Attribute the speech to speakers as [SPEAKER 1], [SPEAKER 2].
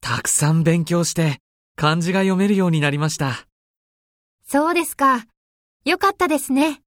[SPEAKER 1] たくさん勉強して、漢字が読めるようになりました。
[SPEAKER 2] そうですか。よかったですね。